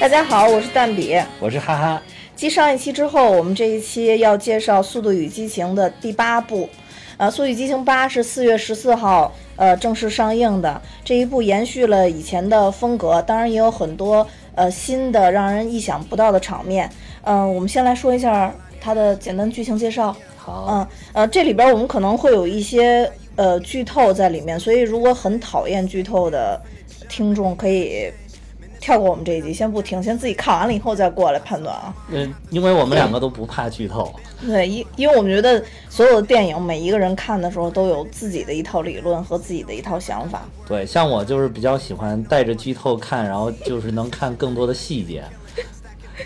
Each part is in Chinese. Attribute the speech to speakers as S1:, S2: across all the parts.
S1: 大家好，我是蛋比。
S2: 我是哈哈，
S1: 继上一期之后，我们这一期要介绍《速度与激情》的第八部。呃，《速度与激情八》是四月十四号呃正式上映的。这一部延续了以前的风格，当然也有很多呃新的让人意想不到的场面。嗯、我们先来说一下它的简单剧情介绍。
S2: 好，
S1: 嗯，呃，这里边我们可能会有一些呃剧透在里面，所以如果很讨厌剧透的听众可以跳过我们这一集，先不听，先自己看完了以后再过来判断啊。
S2: 嗯，因为我们两个都不怕剧透，
S1: 对，因因为我们觉得所有的电影，每一个人看的时候都有自己的一套理论和自己的一套想法。
S2: 对，像我就是比较喜欢带着剧透看，然后就是能看更多的细节，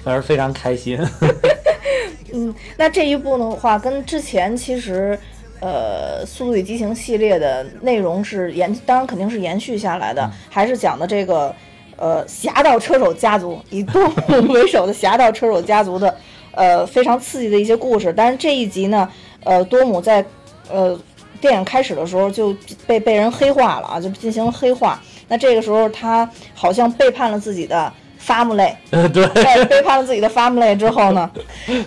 S2: 反而非常开心。
S1: 嗯，那这一部的话，跟之前其实，呃，《速度与激情》系列的内容是延，当然肯定是延续下来的，还是讲的这个，呃，侠盗车手家族以动物 为首的侠盗车手家族的，呃，非常刺激的一些故事。但是这一集呢，呃，多姆在，呃，电影开始的时候就被被人黑化了啊，就进行了黑化。那这个时候他好像背叛了自己的 family，
S2: 呃对，
S1: 在背叛了自己的 family 之后呢，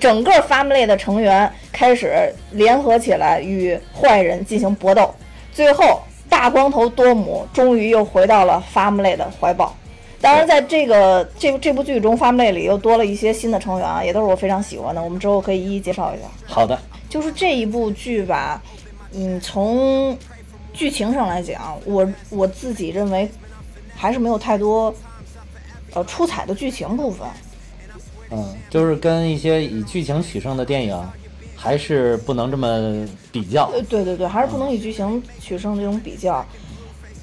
S1: 整个 family 的成员开始联合起来与坏人进行搏斗，最后大光头多姆终于又回到了 family 的怀抱。当然，在这个这这部剧中，family 里又多了一些新的成员啊，也都是我非常喜欢的。我们之后可以一一介绍一下。
S2: 好的，
S1: 就是这一部剧吧，嗯，从剧情上来讲，我我自己认为还是没有太多呃出彩的剧情部分。
S2: 嗯，就是跟一些以剧情取胜的电影，还是不能这么比较，
S1: 呃，对对对，还是不能以剧情取胜这种比较，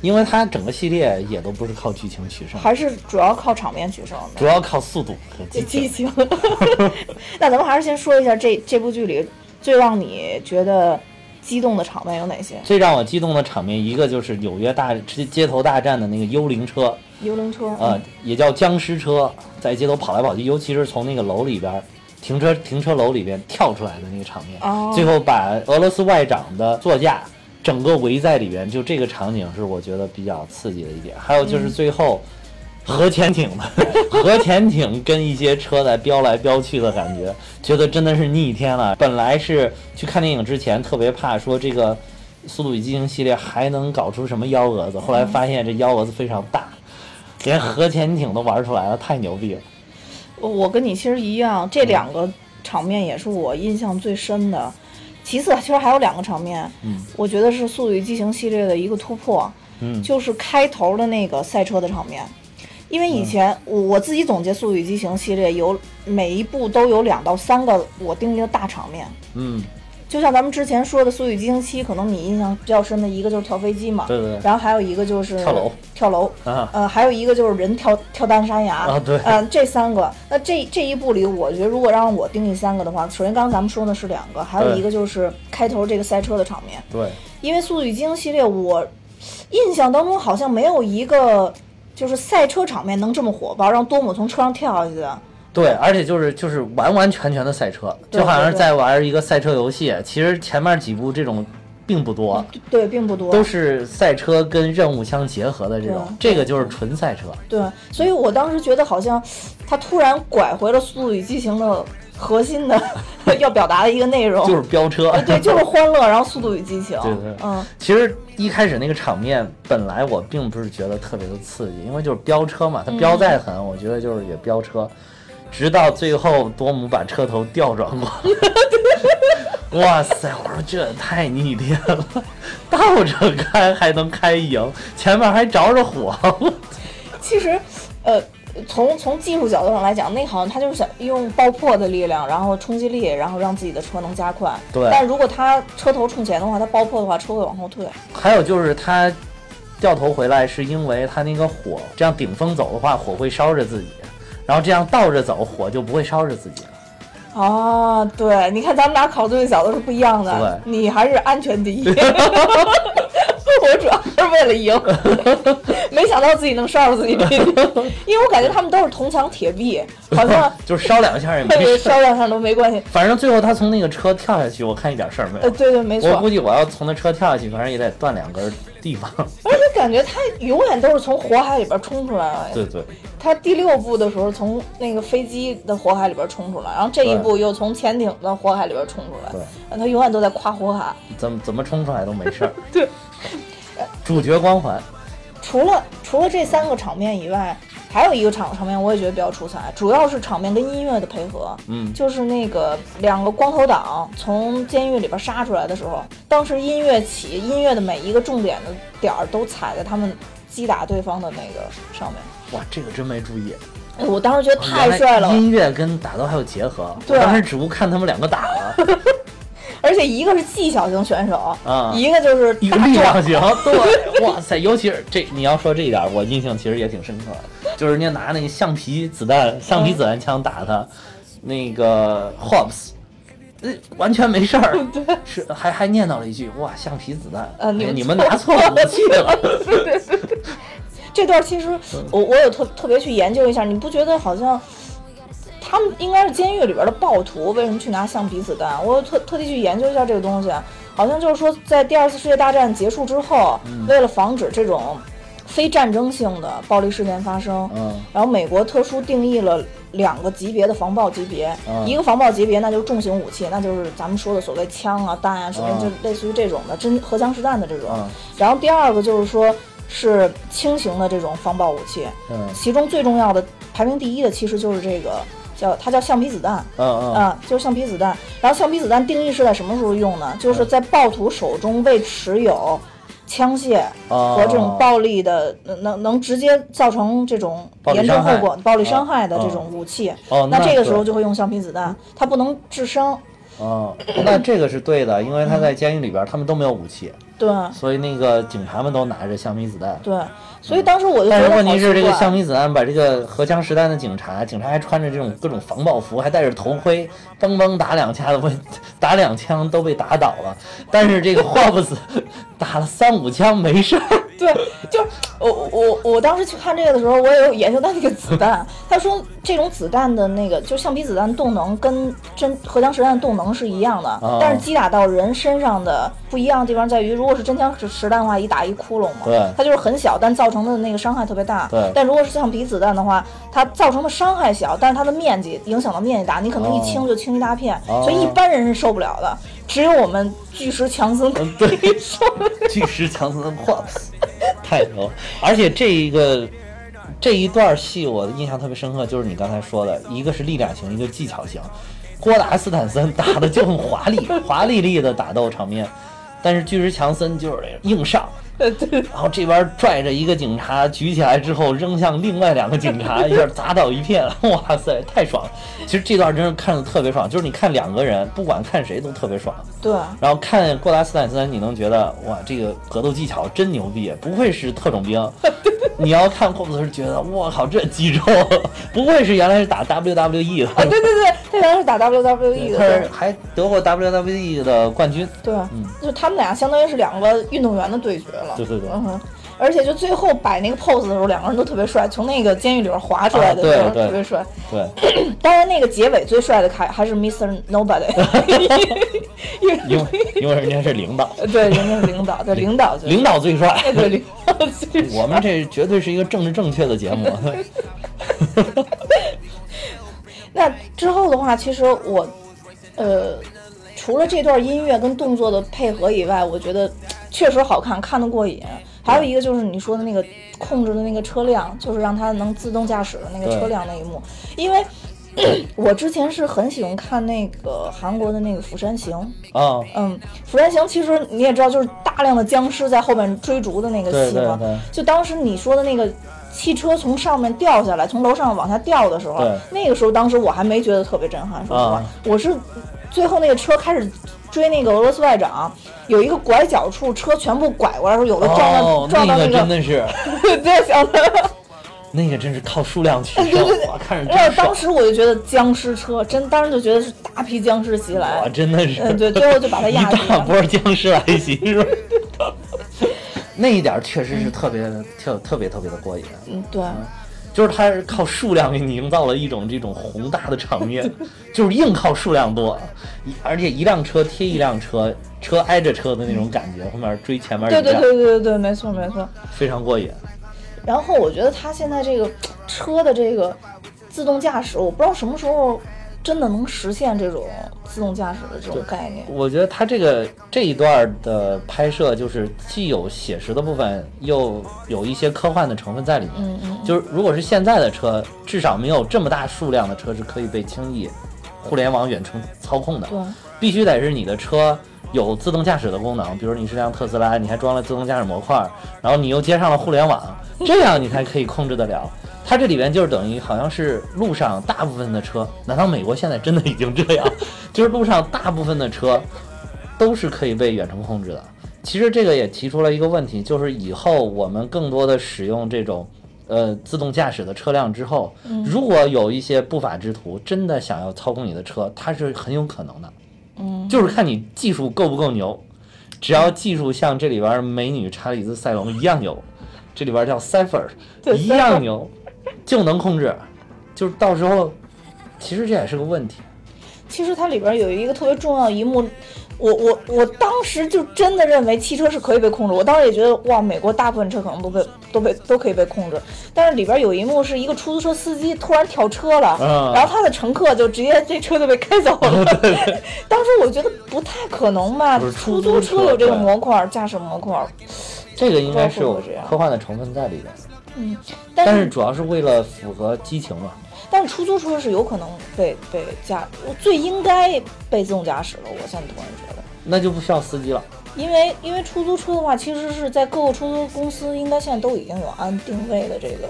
S2: 因为它整个系列也都不是靠剧情取胜，
S1: 还是主要靠场面取胜
S2: 主
S1: 的。
S2: 要靠速度和
S1: 这
S2: 激
S1: 激
S2: 情。
S1: 情。 那咱们还是先说一下这这部剧里最让你觉得激动的场面有哪些？
S2: 最让我激动的场面，一个就是纽约大街街头大战的那个幽灵车，
S1: 幽灵车，
S2: 呃，也叫僵尸车，在街头跑来跑去，尤其是从那个楼里边儿停车停车楼里边跳出来的那个场面，
S1: 哦
S2: 最后把俄罗斯外长的座驾整个围在里边，就这个场景是我觉得比较刺激的一点。还有就是最后。核潜艇的 核潜艇跟一些车在飙来飙去的感觉，觉得真的是逆天了。本来是去看电影之前特别怕说这个《速度与激情》系列还能搞出什么幺蛾子，后来发现这幺蛾子非常大，连核潜艇都玩出来了，太牛逼了！
S1: 我我跟你其实一样，这两个场面也是我印象最深的。其次，其实还有两个场面，
S2: 嗯
S1: 我觉得是《速度与激情》系列的一个突破，
S2: 嗯
S1: 就是开头的那个赛车的场面。因为以前我
S2: 嗯
S1: 我自己总结《速度与激情》系列有每一部都有两到三个我定义的大场面，
S2: 嗯，
S1: 就像咱们之前说的《速度与激情七》，可能你印象比较深的一个就是跳飞机嘛，
S2: 对对对
S1: 然后还有一个就是
S2: 跳楼，
S1: 跳楼，
S2: 啊
S1: 呃，还有一个就是人跳跳单山崖
S2: 啊对
S1: 嗯、这三个，那这这一部里，我觉得如果让我定义三个的话，首先刚刚咱们说的是两个，还有
S2: 对
S1: 一个就是开头这个赛车的场面，
S2: 对，
S1: 因为《速度与激情》系列，我印象当中好像没有一个就是赛车场面能这么火爆，让多姆从车上跳下去的。
S2: 对，而且就是就是完完全全的赛车，
S1: 对
S2: 就好像
S1: 对
S2: 是
S1: 对
S2: 在玩一个赛车游戏。其实前面几部这种并不多，
S1: 嗯对，并不多，
S2: 都是赛车跟任务相结合的这
S1: 对
S2: 种，这个就是纯赛车。
S1: 对，所以我当时觉得好像他突然拐回了《速度与激情》的核心的 要表达的一个内容，
S2: 就是飙车，
S1: 哎 对，就是欢乐，然后《速度与激情》
S2: 对对
S1: 嗯，
S2: 其实一开始那个场面，本来我并不是觉得特别的刺激，因为就是飙车嘛，它飙再狠，我觉得就是也飙车。直到最后，多姆把车头调转过来，哇塞！我说这也太逆天了，倒着开还能开赢，前面还着着火，
S1: 其实，呃，从从技术角度上来讲，那好像他就是想用爆破的力量，然后冲击力，然后让自己的车能加快。
S2: 对
S1: 但如果他车头冲前的话，他爆破的话，车会往后退。
S2: 还有就是他掉头回来，是因为他那个火这样顶风走的话，火会烧着自己，然后这样倒着走，火就不会烧着自己了。
S1: 哦，对，你看咱们俩考虑的角度是不一样的，
S2: 对
S1: 你还是安全 第一。 我主要是为了赢， 没想到自己能烧着自己这一点，因为我感觉他们都是铜墙铁壁，好 像
S2: 就是烧两下也没
S1: 被
S2: 事儿。
S1: 烧两下都没关系。
S2: 反正最后他从那个车跳下去，我看一点事儿没
S1: 呃，
S2: 有。
S1: 对对，没错。
S2: 我估计我要从那车跳下去，反正也得断两根儿地方。
S1: 而且感觉他永远都是从火海里边冲出来了。
S2: 对对，
S1: 他第六部的时候从那个飞机的火海里边冲出来，然后这一部又从潜艇的火海里边冲出来
S2: 对，
S1: 然后他永远都在跨火海。
S2: 怎么怎么冲出来都没事儿。
S1: 对，
S2: 主角光环，
S1: 除了除了这三个场面以外，还有一个场场面我也觉得比较出彩，主要是场面跟音乐的配合。
S2: 嗯
S1: 就是那个两个光头党从监狱里边杀出来的时候，当时音乐起，音乐的每一个重点的点儿都踩在他们击打对方的那个上面。
S2: 哇，这个真没注意，
S1: 哎，我当时觉得太帅
S2: 原
S1: 了
S2: 来，嗯音乐跟打斗还有结合，
S1: 对啊
S2: 我当时只顾看他们两个打了，
S1: 而且一个是技巧型选手，
S2: 啊
S1: 一个就是
S2: 一个
S1: 大
S2: 力量
S1: 壮，
S2: 型，对，哇塞，尤其是这你要说这一点，我印象其实也挺深刻的，就是人家拿那个橡皮子弹、橡皮子弹枪打他，那个 Hobbs。呃完全没事儿， 是还还念叨了一句：“哇，橡皮子弹，
S1: 呃你
S2: 哎
S1: 们
S2: 你们拿错武器了。
S1: 这段其实我我有特特别去研究一下，你不觉得好像他们应该是监狱里边的暴徒，为什么去拿橡皮子弹？我有特特地去研究一下这个东西，好像就是说在第二次世界大战结束之后，
S2: 嗯
S1: 为了防止这种非战争性的暴力事件发生”，
S2: 嗯，
S1: 然后美国特殊定义了两个级别的防暴级别，
S2: 嗯
S1: 一个防暴级别那就是重型武器，那就是咱们说的所谓枪啊、弹啊什么，
S2: 嗯
S1: 就类似于这种的真荷枪实弹的这种。
S2: 嗯
S1: 然后第二个就是说是轻型的这种防暴武器，
S2: 嗯
S1: 其中最重要的排名第一的其实就是这个叫它叫橡皮子弹。
S2: 嗯嗯，
S1: 啊、就是橡皮子弹。然后橡皮子弹定义是在什么时候用
S2: 嗯
S1: 呢？就是在暴徒手中被持有枪械
S2: 哦
S1: 和这种暴力的，能能能直接造成这种
S2: 暴力
S1: 严重
S2: 伤害
S1: 后果、暴力伤
S2: 哦
S1: 害的这
S2: 哦
S1: 种武器。
S2: 哦
S1: 那
S2: 那
S1: 这个
S2: 是
S1: 时候就会用橡皮子弹，它不能致伤。
S2: 哦，那这个是对的，因为他在监狱里边，他们都没有武器，
S1: 对
S2: 所以那个警察们都拿着橡皮子弹。
S1: 对，所以当时我就觉
S2: 但
S1: 得
S2: 是
S1: 好
S2: 问题是，
S1: 奇
S2: 这个
S1: 怪
S2: 橡皮子弹把这个荷枪实弹的警察，警察还穿着这种各种防爆服，还戴着头盔，梆梆打两下子，问 打两枪都被打倒了。但是这个霍布斯打了三五枪没事儿，
S1: 对，就是我我我当时去看这个的时候，我也有研究到那个子弹。他说这种子弹的那个，就橡皮子弹动能跟真荷枪实弹动能是一样的，
S2: 哦
S1: 但是击打到人身上的不一样的地方在于，如果是真枪实实弹的话，一打一窟窿嘛，
S2: 对
S1: 它就是很小，但造成的那个伤害特别大。
S2: 对
S1: 但如果是橡皮子弹的话，它造成的伤害小，但是它的面积影响的面积大，你可能一
S2: 哦
S1: 清就清一大片，
S2: 哦
S1: 所以一般人是受不了的，只有我们巨石强森
S2: 嗯
S1: 可以受得了。
S2: 巨石强森霍布斯，太牛了！而且这一个这一段戏我的印象特别深刻，就是你刚才说的，一个是力量型，一个技巧型。郭达斯坦森打的就很华丽，华丽丽的打斗场面，但是巨石强森就是硬上。然后这边拽着一个警察举起来之后扔向另外两个警察，一下砸倒一片， 哇塞，太爽了！其实这段真是看的特别爽，就是你看两个人，不管看谁都特别爽。
S1: 对。啊
S2: 然后看郭达斯坦森，你能觉得哇，这个格斗技巧真牛逼，不愧是特种 兵。你要看霍布斯，觉得我靠这肌肉，不愧是原来是打 WWE
S1: 啊，
S2: 的，
S1: 对对对，他原来是打 WWE
S2: 他
S1: 的
S2: 是，还得过 WWE 的冠军。
S1: 对，就他们俩相当于是两个运动员的对决了。
S2: 对对对
S1: 嗯哼，而且就最后摆那个 pose 的时候，两个人都特别帅，从那个监狱里边滑出来的
S2: 啊对
S1: 时候
S2: 对
S1: 特别帅。
S2: 对，
S1: 当然，那个结尾最帅的还还是 Mr. Nobody，因为
S2: 因为因为人家是领导，
S1: 对人家是领导，对领导就是
S2: 领导最帅。
S1: 对领导就是
S2: 我们这绝对是一个政治正确的节 目。
S1: 那之后的话，其实我，呃，除了这段音乐跟动作的配合以外，我觉得确实好看，看得过瘾。还有一个就是你说的那个控制的那个车辆，就是让它能自动驾驶的那个
S2: 对
S1: 车辆那一幕，因为 我之前是很喜欢看那个韩国的那个《釜山行》，
S2: 啊、
S1: 嗯，《釜山行》其实你也知道，就是大量的僵尸在后面追逐的那个戏嘛。
S2: 对对对
S1: 就当时你说的那个汽车从上面掉下来，从楼上往下掉的时候啊
S2: 对，
S1: 那个时候当时我还没觉得特别震撼，说实话，
S2: 啊
S1: 我是最后那个车开始。追那个俄罗斯外长，有一个拐角处，车全部拐过来的时候，有的撞到、
S2: 哦，
S1: 撞到
S2: 个
S1: 个
S2: 真，的是，
S1: 对，想的。
S2: 那个真是靠数量 取
S1: 对
S2: 胜，
S1: 对对
S2: 我看着
S1: 然
S2: 真
S1: 后当
S2: 爽，
S1: 时我就觉得僵尸车，真当时就觉得是大批僵尸袭来
S2: 我，真的是，
S1: 嗯，对，最后就把它
S2: 一
S1: 压住
S2: 大
S1: 了。
S2: 波僵尸来袭， 是吧？那一点确实是特别、特特别特别的过瘾。
S1: 嗯，对。
S2: 就是它是靠数量给你营造了一种这种宏大的场面，就是硬靠数量多，一而且一辆车贴一辆车，车挨着车的那种感觉，后面追前面一
S3: 对
S2: 辆，
S3: 对对对对对，没错没错。
S2: 非常过瘾。
S1: 然后我觉得它现在这个车的这个自动驾驶，我不知道什么时候真的能实现这种自动驾驶的这种概念。
S2: 我觉得他这个这一段的拍摄，就是既有写实的部分，又有一些科幻的成分在里面。
S1: 嗯嗯，
S2: 就是如果是现在的车，至少没有这么大数量的车是可以被轻易互联网远程操控的。
S1: 对，
S2: 必须得是你的车有自动驾驶的功能，比如你是辆特斯拉，你还装了自动驾驶模块，然后你又接上了互联网，这样你才可以控制得了。它这里边就是等于好像是路上大部分的车，难道美国现在真的已经这样？ 就是路上大部分的车都是可以被远程控制的。其实这个也提出了一个问题，就是以后我们更多的使用这种呃自动驾驶的车辆之后，
S1: 嗯
S2: 如果有一些不法之徒真的想要操控你的车，它是很有可能的。
S1: 嗯
S2: 就是看你技术够不够牛，只要技术像这里边美女查理兹·塞隆一样牛，这里边叫 Cipher
S3: 对
S2: 一样牛，就能控制。就是到时候，其实这也是个问题。
S1: 其实它里边有一个特别重要的一幕，我我我当时就真的认为汽车是可以被控制，我当时也觉得哇，美国大部分车可能都被都被都可以被控制，但是里边有一幕是一个出租车司机突然跳车了，
S2: 嗯
S1: 然后他的乘客就直接这车就被开走了。 当时我觉得不太可能吧，
S2: 哦不是
S1: 出
S2: 出
S1: 租
S2: 租车
S1: 车有这个
S2: 对
S1: 模块，驾驶模块，
S2: 这个应该是
S1: 不
S2: 有
S1: 知道会不会这样
S2: 科幻的成分在里边，
S1: 但
S2: 但
S1: 是
S2: 是主要是为了符合激情嘛。
S1: 但是出租车是有可能被被驾，最应该被自动驾驶了。我现在突然觉得。
S2: 那就不需要司机了。
S1: 因为因为出租车的话，其实是在各个出租公司应该现在都已经有按定位的这个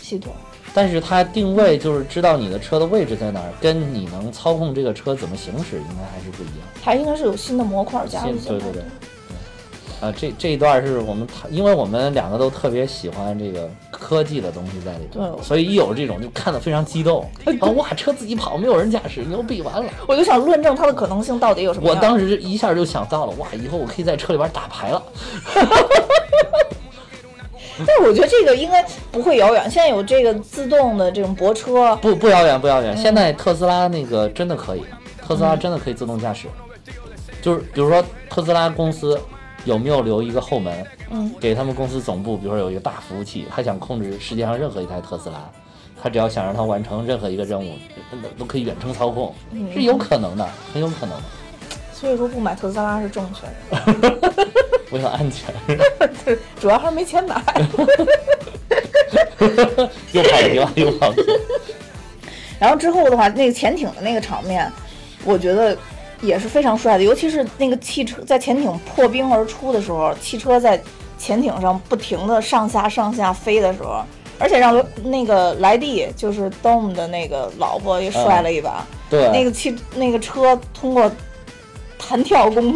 S1: 系统。
S2: 但是它定位就是知道你的车的位置在哪儿，跟你能操控这个车怎么行驶，应该还是不一样。
S1: 它应该是有新的模块加入
S2: 对
S1: 进
S2: 对
S1: 来。
S2: 对对。啊，这这一段是我们谈，因为我们两个都特别喜欢这个科技的东西在里
S1: 对
S2: 边，所以一有这种就看得非常激动。啊，哇，车自己跑，没有人驾驶，牛逼完了！
S1: 我就想论证它的可能性到底有什么
S2: 我
S1: 样。
S2: 当时一下就想到了，哇，以后我可以在车里边打牌了。
S1: 但是我觉得这个应该不会遥远。现在有这个自动的这种泊车，
S2: 不不遥远，不遥
S1: 嗯
S2: 远。现在特斯拉那个真的可以，特斯拉真的可以自动驾驶。就是比如说特斯拉公司有没有留一个后门，
S1: 嗯，
S2: 给他们公司总部，比如说有一个大服务器，他想控制世界上任何一台特斯拉，他只要想让它完成任何一个任务，都可以远程操控，
S1: 嗯
S2: 是有可能的，很有可能的，
S1: 所以说不买特斯拉是正确的，
S2: 为了安全。
S1: 对， 主要还是没钱买。
S2: 又跑题了，又跑题了。
S1: 然后之后的话，那个潜艇的那个场面，我觉得也是非常帅的，尤其是那个汽车在潜艇破冰而出的时候，汽车在潜艇上不停的上下上下飞的时候，而且让那个莱蒂就是 Dom 的那个老婆也摔了一把，
S2: 对，
S1: 那个汽那个车通过弹跳 功，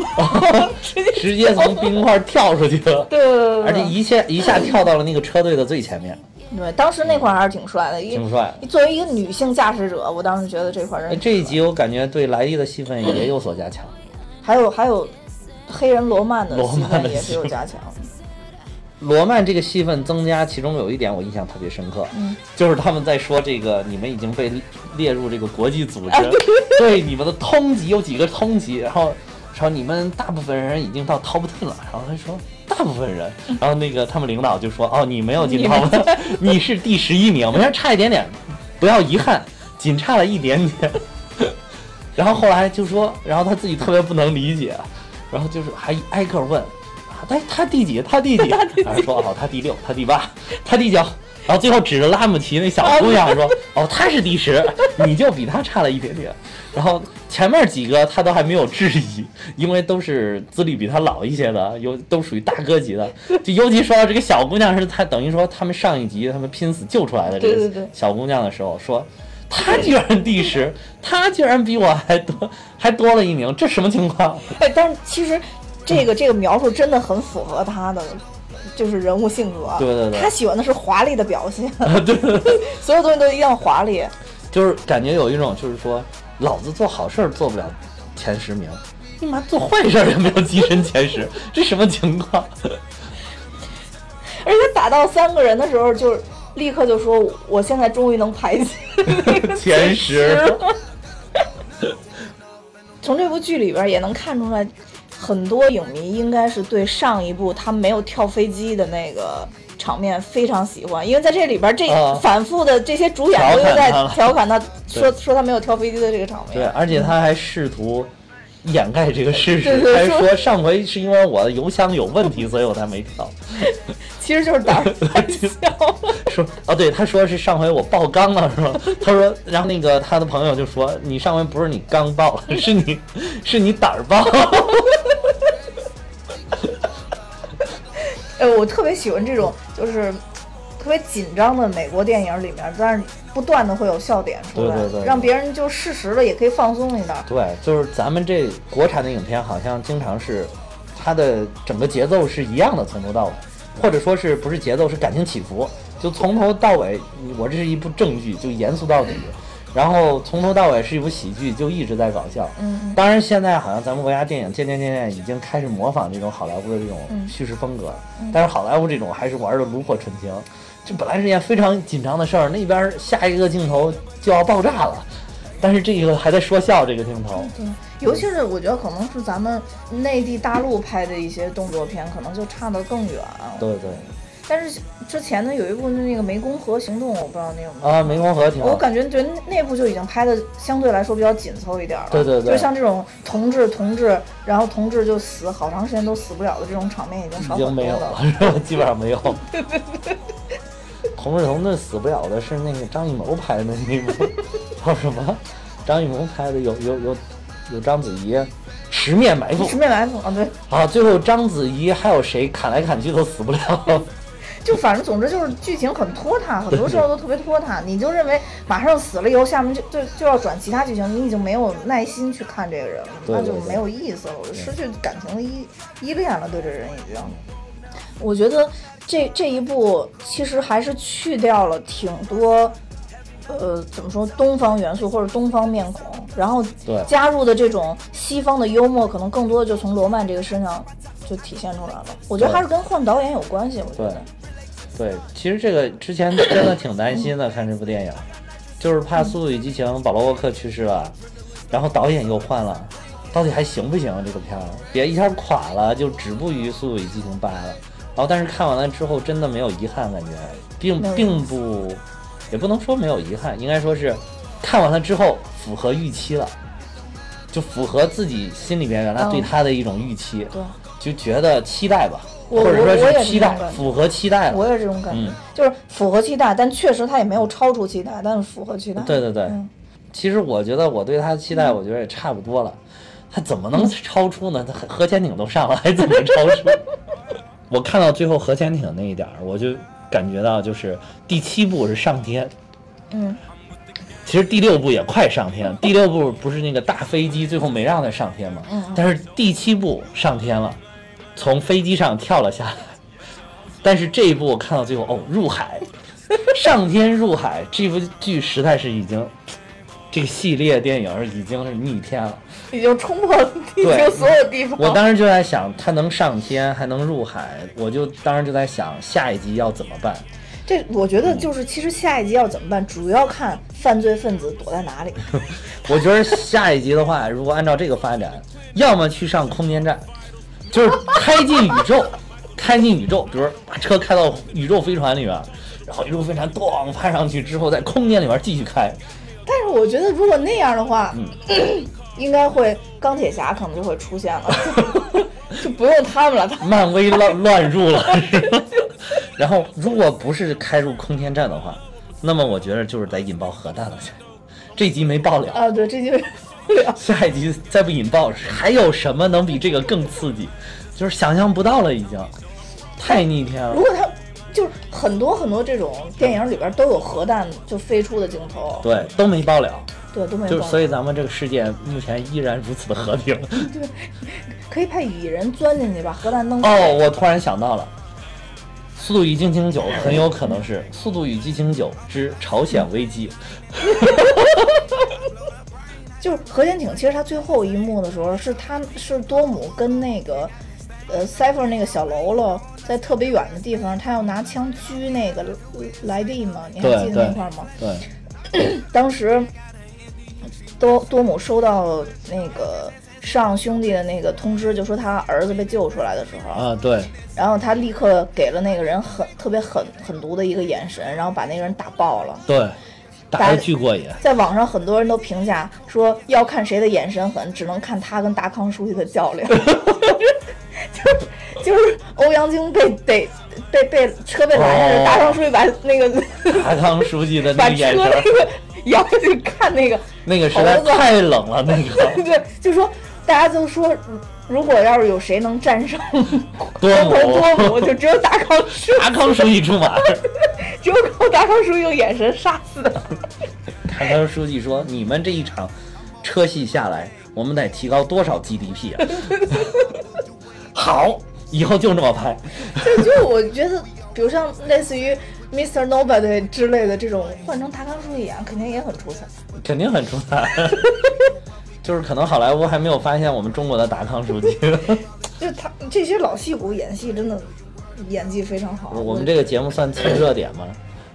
S1: 直接
S2: 直接从冰块跳出去了，
S1: 对对
S2: 而且
S1: 对
S2: 一下一下跳到了那个车队的最前面，
S1: 对对，当时那块儿还是挺帅的，因
S2: 挺帅。
S1: 作为一个女性驾驶者，我当时觉得这块儿
S2: 哎，
S1: 人
S2: 这一集我感觉对莱伊的戏份也有所加强。
S1: 还有还有黑人罗曼的
S2: 罗
S1: 戏
S2: 曼
S1: 份
S2: 的
S1: 也是
S2: 戏
S1: 有
S2: 份
S1: 加 强的。
S2: 罗曼这个戏份增加，其中有一点我印象特别深刻，就是他们在说这个你们已经被列入这个国际组织，
S1: 啊哎
S2: 对你们的通缉有几个通缉，然后说你们大部分人已经到 top ten 了，然后他说大部分人，然后那个他们领导就说哦你没有进 top ten，你 是第十一名，我们要差一点点，不要遗憾，仅差了一点点。 然后后来就说，然后他自己特别不能理解，然后就是还挨个问，啊哎，他第几？他第 几？然后说哦，他第六，他第八，他第九。然后最后指着拉姆齐那小姑 娘说：“哦，她是第十，你就比她差了一点点。”然后前面几个他都还没有质疑，因为都是资历比他老一些的，尤都属于大哥级的。就尤其说到这个小姑娘，是他等于说他们上一集他们拼死救出来的这
S1: 对对
S2: 个
S1: 对
S2: 小姑娘的时候说。她居然第十，她居然比我还多，还多了一名，这什么情况？
S1: 哎， 但是其实这个这个描述真的很符合他的。就是人物性格，
S2: 对对对
S1: 他喜欢的是华丽的表现，
S2: 啊， 对，
S1: 所有东西都一定要华丽。
S2: 就是感觉有一种就是说，老子做好事儿做不了前十名，你
S1: 嗯
S2: 妈做坏事儿也没有跻身 前十，这什么情况？
S1: 而且打到三个人的时候，就是立刻就说我现在终于能排进那个
S2: 前十
S1: 了。从这部剧里边也能看出来，很多影迷应该是对上一部他没有跳飞机的那个场面非常喜欢，因为在这里边这、
S2: 啊
S1: 反复的这些主演都
S2: 调
S1: 又
S2: 侃
S1: 在
S2: 他了
S1: 调侃他，说说他没有跳飞机的这个场面。
S2: 对，而且他还试图掩盖这个事实，
S1: 对对
S2: 还
S1: 说
S2: 说上回是因为我的邮箱有问题，所以我才没跳。
S1: 其实就是胆 儿太小了。
S2: 说哦，对，他说是上回我爆缸了，是吗？他说，然后那个他的朋友就说，你上回不是你缸爆了，是你是你胆儿爆。
S1: 呃，我特别喜欢这种就是特别紧张的美国电影里面，但是不断的会有笑点出来，
S2: 对对对对
S1: 让别人就适时的也可以放松一点儿。
S2: 对，就是咱们这国产的影片好像经常是，它的整个节奏是一样的，从头到尾，或者说是不是节奏是感情起伏，就从头到尾，我这是一部正剧，就严肃到底，然后从头到尾是一部喜剧，就一直在搞笑。
S1: 嗯，
S2: 当然，现在好像咱们国家电影渐渐渐渐已经开始模仿这种好莱坞的这种叙事风格，但是好莱坞这种还是玩的炉火纯青。这本来是件非常紧张的事儿，那边下一个镜头就要爆炸了，但是这个还在说笑这个镜头，
S1: 对，嗯尤其是我觉得可能是咱们内地大陆拍的一些动作片，可能就差得更远。啊
S2: 对对
S1: 但是之前呢，有一部那个《湄公河行动》，我不知道你有没有。
S2: 啊，湄公河挺
S1: 我
S2: 好。
S1: 感觉觉得那部就已经拍的相对来说比较紧凑一点了。
S2: 对对对
S1: 就像这种同志同志，然后同志就死好长时间都死不了的这种场面已经
S2: 已
S1: 少
S2: 经
S1: 很多
S2: 没有
S1: 了
S2: 了。，是吧？基本上没有。同志同志死不了的是那个张艺谋拍的那一部， 叫什么？张艺谋拍的有有有有章子怡，《十面埋伏
S1: 十》面埋伏啊，对，
S2: 啊，最后章子怡还有谁砍来砍去都死不了。
S1: 就反正总之就是剧情很拖沓，很多时候都特别拖沓。你就认为马上死了以后，下面就就就要转其他剧情，你已经没有耐心去看这个人了，
S2: 对对
S1: 那就
S2: 对
S1: 没有意思了，我就失去感情的依依恋了，对这人已经。我觉得这这一部其实还是去掉了挺多。呃，怎么说东方元素或者东方面孔，然后
S2: 对
S1: 加入的这种西方的幽默，可能更多就从罗曼这个身上就体现出来了。我觉得
S2: 对
S1: 还是跟换导演有关系，我觉
S2: 对
S1: 得。，
S2: 对，其实这个之前真的挺担心的，看这部电影，就是怕《速度与激情》保罗沃克去世了，然后导演又换了，到底还行不行、啊、这个片儿？别一下垮了，就止步于《速度与激情八》了。然后，但是看完了之后，真的没有遗憾，感觉并
S1: 没有遗憾
S2: 并不，也不能说没有遗憾，应该说是看完了之后符合预期了，就符合自己心里边原来对
S1: 嗯
S2: 他的一种预期。
S1: 对，
S2: 就觉得期待吧，
S1: 我
S2: 或者
S1: 我我
S2: 说
S1: 也
S2: 是
S1: 是
S2: 期
S1: 这
S2: 待
S1: 种感，觉
S2: 符合期待
S1: 我
S2: 了。
S1: 也是这种感觉，
S2: 嗯
S1: 就是符合期待，但确实他也没有超出期待，但是符合期待。
S2: 对对对
S1: 嗯，
S2: 其实我觉得我对他的期待，我觉得也差不多了。他怎么能超出呢？他核潜艇都上了，还怎么超出？ 我看到最后核潜艇那一点儿，我就感觉到就是第七部是上天，
S1: 嗯，
S2: 其实第六部也快上天，第六部不是那个大飞机最后没让他上天吗？但是第七部上天了，从飞机上跳了下来。但是这一部我看到最后，哦，入海， 上天入海，这部剧实在是已经，这个系列电影已经是逆天了。
S1: 已经冲破了地
S2: 对
S1: 球所有地方。
S2: 我当时就在想，他能上天，还能入海，我就当时就在想下一集要怎么办。
S1: 这我觉得就是，其实下一集要怎么办，主要看犯罪分子躲在哪 里。
S2: 我觉得下一集的话，如果按照这个发展，要么去上空间站，就是开进宇宙， 开进宇宙，比如把车开到宇宙飞船里面，然后宇宙飞船咣爬上去之后，在空间里面继续开。
S1: 但是我觉得如果那样的话，
S2: 嗯
S1: 应该会钢铁侠可能就会出现 了， 就不用他们了。 他
S2: 漫威乱乱入了，是吧 然后如果不是开入空间站的话，那么我觉得就是得引爆核弹了。这集没爆了，
S1: 啊，对，这就是。
S2: 下一集再不引爆，还有什么能比这个更刺激？就是想象不到了，已经太逆天 了
S1: 如。果他就是很多很多这种电影里边都有核弹就飞出的镜头，
S2: 对，都没爆了，
S1: 对，都没有办
S2: 就是
S1: 法。
S2: 所以咱们这个世界目前依然如此的和平。
S1: 可以派蚁人钻进去把核弹弄碎。
S2: 哦，我突然想到了，《速度与激情九》很有可能是《速度与激情九之朝鲜危机》。
S1: 就是核潜艇，其实它最后一幕的时候是他是多姆跟那个呃 Cipher 那个小喽啰在特别远的地方，他要拿枪狙那个莱利嘛，你还记
S2: 对
S1: 得那块儿吗？
S2: 对，
S1: 当时多多姆收到那个上兄弟的那个通知，就说他儿子被救出来的时候，
S2: 啊对，
S1: 然后他立刻给了那个人很特别狠狠毒的一个眼神，然后把那个人打爆了。
S2: 对，打
S1: 打
S2: 的巨过瘾。
S1: 在网上很多人都评价说，要看谁的眼神狠，只能看他跟达康书记的较量。 就是就是欧阳菁被被被被车被拦下
S2: 哦
S1: 来，达康书记把那个
S2: 达康书记的那
S1: 把
S2: 个眼
S1: 车
S2: 神儿，
S1: 那个 摇下去看那个，
S2: 那个实在
S1: 头子
S2: 太冷了，那 个
S1: 对，就说大家就说，如果要是有谁能战胜
S2: 多
S1: 光头
S2: 姆
S1: 多姆，就只有达康书，
S2: 达康书记出马。
S1: 只有靠达康书记用眼神杀死的。
S2: 达康书记说：“你们这一场车戏下来，我们得提高多少 GDP 啊？” 好，以后就这么拍。
S1: 就就我觉得，比如像类似于 Mr. Nobody 之类的这种，换成达康书记演，肯定也很出彩。
S2: 肯定很出彩。 就是可能好莱坞还没有发现我们中国的达康书记，
S1: 就是他这些老戏骨演戏真的演技非常好。
S2: 我们这个节目算蹭热点吗？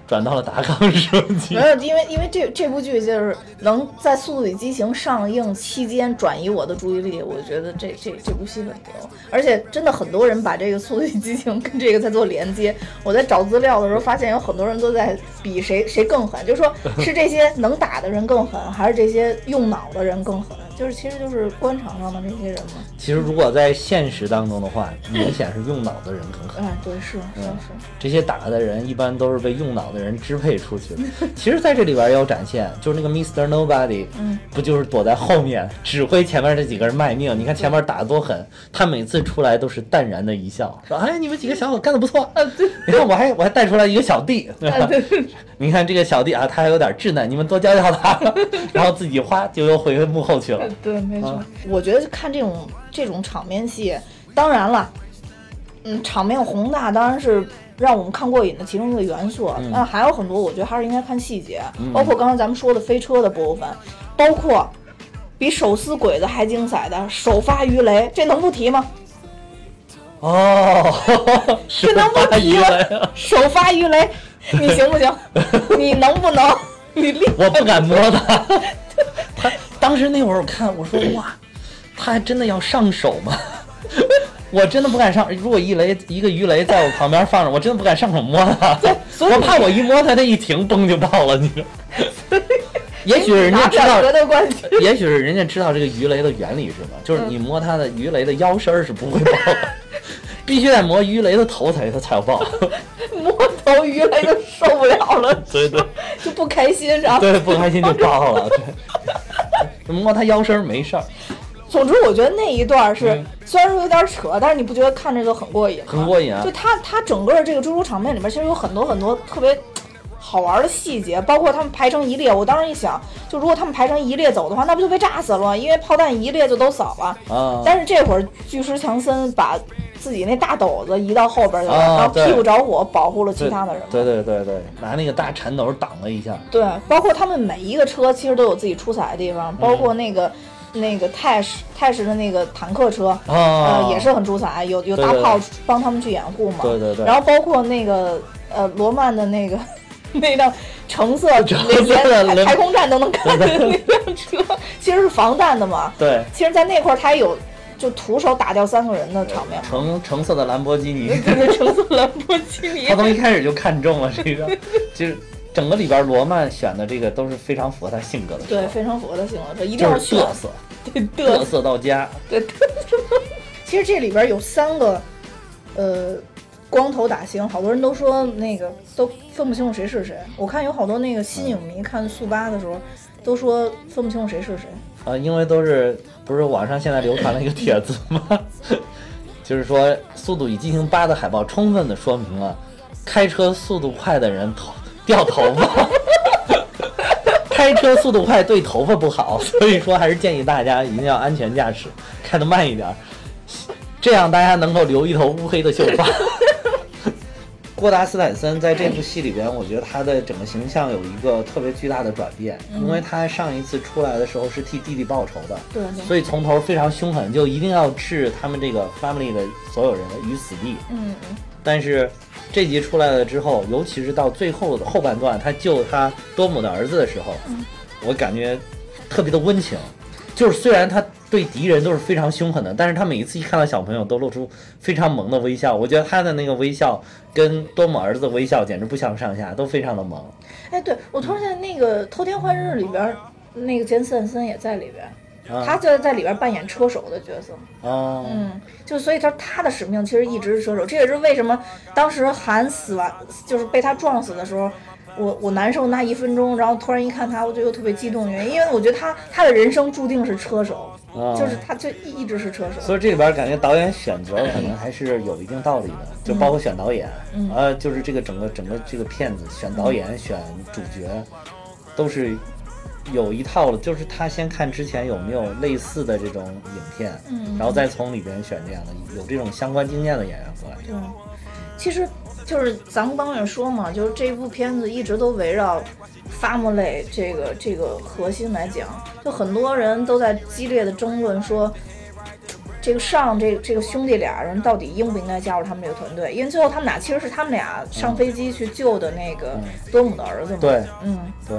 S2: 转到了达康书记
S1: 没，有，因为因为这这部剧就是能在《速度与激情》上映期间转移我的注意力，我觉得这这这部戏很牛，而且真的很多人把这个《速度与激情》跟这个在做连接。我在找资料的时候发现有很多人都在比谁谁更狠，就说是这些能打的人更狠，还是这些用脑的人更狠，就是其实就是官场上的这些人嘛。
S2: 其实如果在现实当中的话，明显是用脑的人更狠。
S1: 哎，对，是是是。
S2: 这些打的人一般都是被用脑的人支配出去的。其实，在这里边也有展现，就是那个 Mr. Nobody，不
S1: 嗯
S2: 就是躲在后面 指挥前面这几个人卖命？你看前面打得多狠，他每次出来都是淡然的一笑，说：“哎，你们几个小伙干得不错。”
S1: 啊
S2: 你看我还我还带出来一个小弟，对吧？ 你看这个小弟啊，他还有点稚嫩，你们多教教他。 然后自己哗就又回幕后去了。
S3: 对，没错。
S1: 啊我觉得看这种这种场面戏，当然了，嗯，场面宏大当然是让我们看过瘾的其中一个元素
S2: 嗯
S1: 啊，但还有很多我觉得还是应该看细节，包括刚才咱们说的飞车的部分，包括比手撕鬼子还精彩的首发鱼雷，这能不提吗？
S2: 哦， 是
S1: 这能不
S2: 发
S1: 提
S2: 鱼
S1: 吗
S2: 雷啊？
S1: 首发鱼 雷，你行不行？你能不能？你立
S2: 我不敢摸它。 他当时那会儿我看，我说哇，他还真的要上手吗？ 我真的不敢上，如果一雷一个鱼雷在我旁边放着，我真的不敢上手摸它。
S1: 所以
S2: 我怕我一摸它，它一停嘣就爆了。你说，也许人家
S1: 拿
S2: 知
S1: 不
S2: 道
S1: 了绝对冠军。
S2: 也许是人家知道这个鱼雷的原理是 吧？
S1: 嗯
S2: 就是你摸它的鱼雷的腰身儿是不会爆的，必须得摸鱼雷的头才它才 有爆。
S1: 摸头鱼雷就受不了了，
S2: 对对
S1: 就不开心，然后
S2: 对，不开心就爆了。对， 摸它腰身儿没事儿，
S1: 总之，我觉得那一段是、
S2: 嗯
S1: 虽然说有点扯，但是你不觉得看着就很过瘾吗？
S2: 很过瘾啊
S1: 就他他整个这个追逐场面里面，其实有很多很多特别好玩的细节，包括他们排成一列。我当时一想，就如果他们排成一列走的话，那不就被炸死了吗？因为炮弹一列就都扫了。
S2: 啊
S1: 但是这会儿巨石强森把自己那大斗子移到后边去了，
S2: 啊
S1: 然后
S2: 对
S1: 屁股着火保护了
S2: 对
S1: 其他的人嘛。
S2: 对对对对，拿那个大铲斗挡了一下。
S1: 对，包括他们每一个车其实都有自己出彩的地方，包括那个、那个泰式泰式的那个坦克车，
S2: 哦
S1: 呃，也是很出彩，有有
S2: 对
S1: 大
S2: 对
S1: 炮
S2: 对
S1: 帮他们去掩护嘛。
S2: 对对对
S1: 然后包括那个呃罗曼的那个 那辆橙色
S2: 橙色
S1: 连
S2: 的
S1: 连
S2: 连
S1: 太空站都能看见的 那辆车，其实是防弹的嘛。
S2: 对，
S1: 其实，在那块儿他也有就徒手打掉三个人的场面嘛，
S2: 橙橙色的兰博基尼，
S1: 就是橙色兰博基尼
S2: 他。从一开始就看中了这个，就是整个里边罗曼选的这个都是非常符合他性格的车，
S1: 对，非常符合他性格，这一定
S2: 就
S1: 要
S2: 是
S1: 选
S2: 嘚瑟，
S1: 对嘚
S2: 嘚瑟到家。
S1: 对， 其实这里边有三个，呃，光头打星，好多人都说那个都分不清楚谁是谁。我看有好多那个新影迷看速八的时候，都说分不清楚谁是谁。
S2: 啊，因为都是不是网上现在流传了一个帖子吗？ 就是说，《速度与激情八》的海报充分的说明了，开车速度快的人头掉头发， 开车速度快对头发不好，所以说还是建议大家一定要安全驾驶，开得 慢一点儿，这样大家能够留一头乌黑的秀发。郭达斯坦森在这部戏里边，我觉得他的整个形象有一个特别巨大的转变，因为他上一次出来的时候是替弟弟报仇的，
S1: 对对
S2: 所以从头非常凶狠，就一定要置他们这个 family 的所有人于死地。
S3: 嗯
S2: 但是这集出来了之后，尤其是到最后的后半段，他救他多姆的儿子的时候，我感觉特别的温情。就是虽然他对敌人都是非常凶狠的，但是他每一次一看到小朋友都露出非常萌的微笑。我觉得他的那个微笑跟多姆儿子的微笑简直不相上下，都非常的萌。
S1: 哎，对我突然在那个《偷天换日》里边儿，那个杰森·斯坦森也在里边儿，
S2: 啊
S1: 他就在里边儿扮演车手的角色。
S2: 啊，
S3: 嗯，
S1: 就所以他他的使命其实一直是车手，这也是为什么当时韩死完就是被他撞死的时候，我我难受那一分钟，然后突然一看他，我就又特别激动的原因，因为我觉得他他的人生注定是车手，
S2: 啊
S1: 就是他就一一直是车手。
S2: 所以这里边感觉导演选择可能还是有一定道理的，就包括选导演，呃，就是这个整个整个这个片子选导演、选主角，都是有一套的，就是他先看之前有没有类似的这种影片，然后再从里边选这样的有这种相关经验的演员过来。
S1: 嗯，其实就是咱们刚也说嘛，就是这部片子一直都围绕 family 这个这个核心来讲，就很多人都在激烈的争论说，这个上这这个兄弟俩人到底应不应该加入他们这个团队？因为最后他们俩其实是他们俩上飞机去救的那个多姆的儿子嘛。
S2: 对
S1: 嗯，
S2: 对，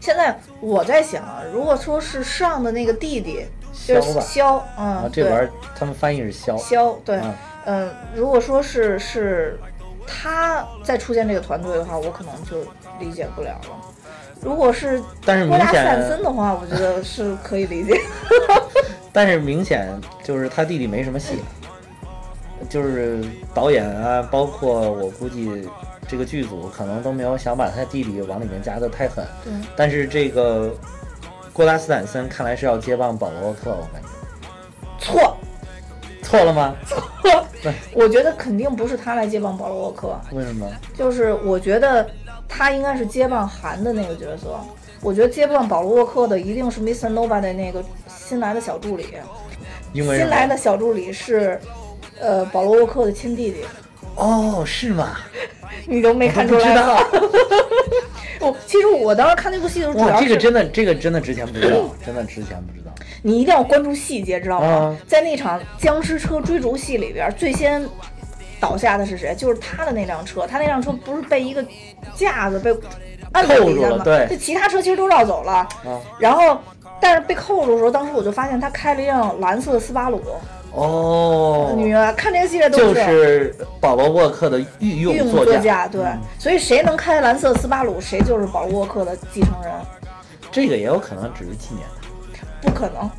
S1: 现在我在想啊，如果说是上的那个弟弟，就
S2: 肖
S1: 是
S2: 吧
S1: 肖，
S2: 然后
S1: 嗯，
S2: 这
S1: 对
S2: 玩意儿他们翻译是肖，
S1: 肖对，
S2: 嗯
S1: 嗯、如果说是是他再出现这个团队的话，我可能就理解不了了。如果是
S2: 但是明
S1: 郭达斯坦
S2: 显
S1: 森，的话，我觉得是可以理解。
S2: 但是明显就是他弟弟没什么戏，就是导演啊，包括我估计这个剧组可能都没有想把他弟弟往里面加的太狠。
S1: 对，
S2: 但是这个郭达斯坦森看来是要接棒保罗沃特，我感觉
S1: 错，
S2: 错了吗？
S1: 我觉得肯定不是他来接棒保罗沃克，
S2: 为什么？
S1: 就是我觉得他应该是接棒韩的那个角色。我觉得接棒保罗沃克的一定是 Mr. Nobody 那个新来的小助理，
S2: 因为什
S1: 新
S2: 么
S1: 来的小助理是，呃，保罗沃克的亲弟弟。
S2: 哦，是吗？
S1: 你都没看出 来吗？我哦其实我当时看那部戏的时候，主
S2: 哇，
S1: 要
S2: 这个
S1: 是
S2: 真的， 这个真的之前不知 道，真的之前不知道。
S1: 你一定要关注细节，知道吗
S2: 啊？
S1: 在那场僵尸车追逐戏里边，最先倒下的是谁？就是他的那辆车，他那辆车不是被一个架子被按在底下
S2: 扣住
S1: 吗
S2: 了？对
S1: 这其他车其实都绕走了。
S2: 啊
S1: 然后，但是被扣住的时候，当时我就发现他开了一辆蓝色的斯巴鲁。
S2: 哦，
S1: 女人看这个系列都
S2: 就
S1: 知道
S2: 是保罗沃克的御
S1: 御用
S2: 座
S1: 座驾，对，所以谁能开蓝色斯巴鲁，谁就是保罗沃克的继承人。
S2: 这个也有可能只是纪念他。
S1: 不可能，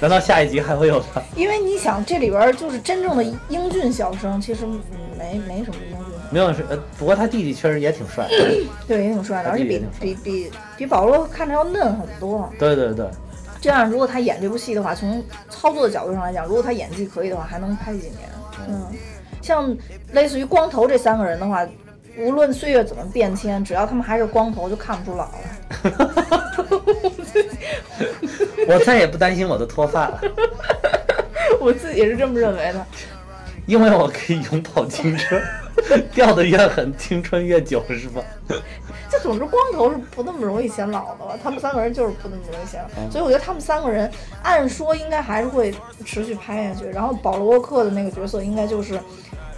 S2: 难道下一集还会有他？
S1: 因为你想，这里边儿就是真正的英俊小生，其实嗯没没什么英俊，
S2: 没有是，呃，不过他弟弟确实也挺帅。
S1: 对，也挺帅的，
S2: 他
S1: 而且
S2: 弟弟
S1: 比
S2: 也挺帅
S1: 比比比保罗看着要嫩很多。
S2: 对对对，
S1: 这样，如果他演这部戏的话，从操作的角度上来讲，如果他演技可以的话，还能拍几年。嗯，像类似于光头这三个人的话，无论岁月怎么变迁，只要他们还是光头，就看不出 老了。
S2: 我再也不担心我的脱发了，
S1: 我自己也是这么认为的。
S2: 因为我可以拥抱青春，掉的越狠，青春越久，是吧？
S1: 就总之，光头是不那么容易显老的了。他们三个人就是不那么容易显老，所以我觉得他们三个人按说应该还是会持续拍下去。然后保罗沃克的那个角色应该就是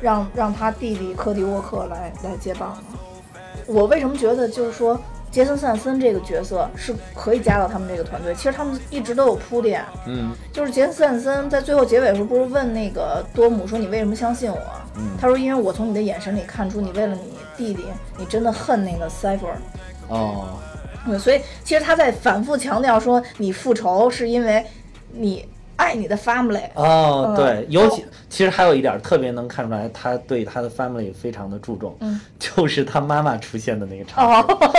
S1: 让让他弟弟科迪沃克来来接棒了。我为什么觉得就是说杰森斯坦森这个角色是可以加到他们这个团队？其实他们一直都有铺垫，
S2: 嗯，
S1: 就是杰森斯坦森在最后结尾的时候，不是问那个多姆说：“你为什么相信我？”他说：“因为我从你的眼神里看出，你为了你弟弟，你真的恨那个 Cipher。
S2: 哦，”
S1: 嗯，所以其实他在反复强调说，你复仇是因为你爱你的 family。
S2: 哦，
S1: 嗯
S2: 对，尤其其实还有一点特别能看出来，他对他的 family 非常的注重，就是他妈妈出现的那个场景。
S1: 嗯 哦，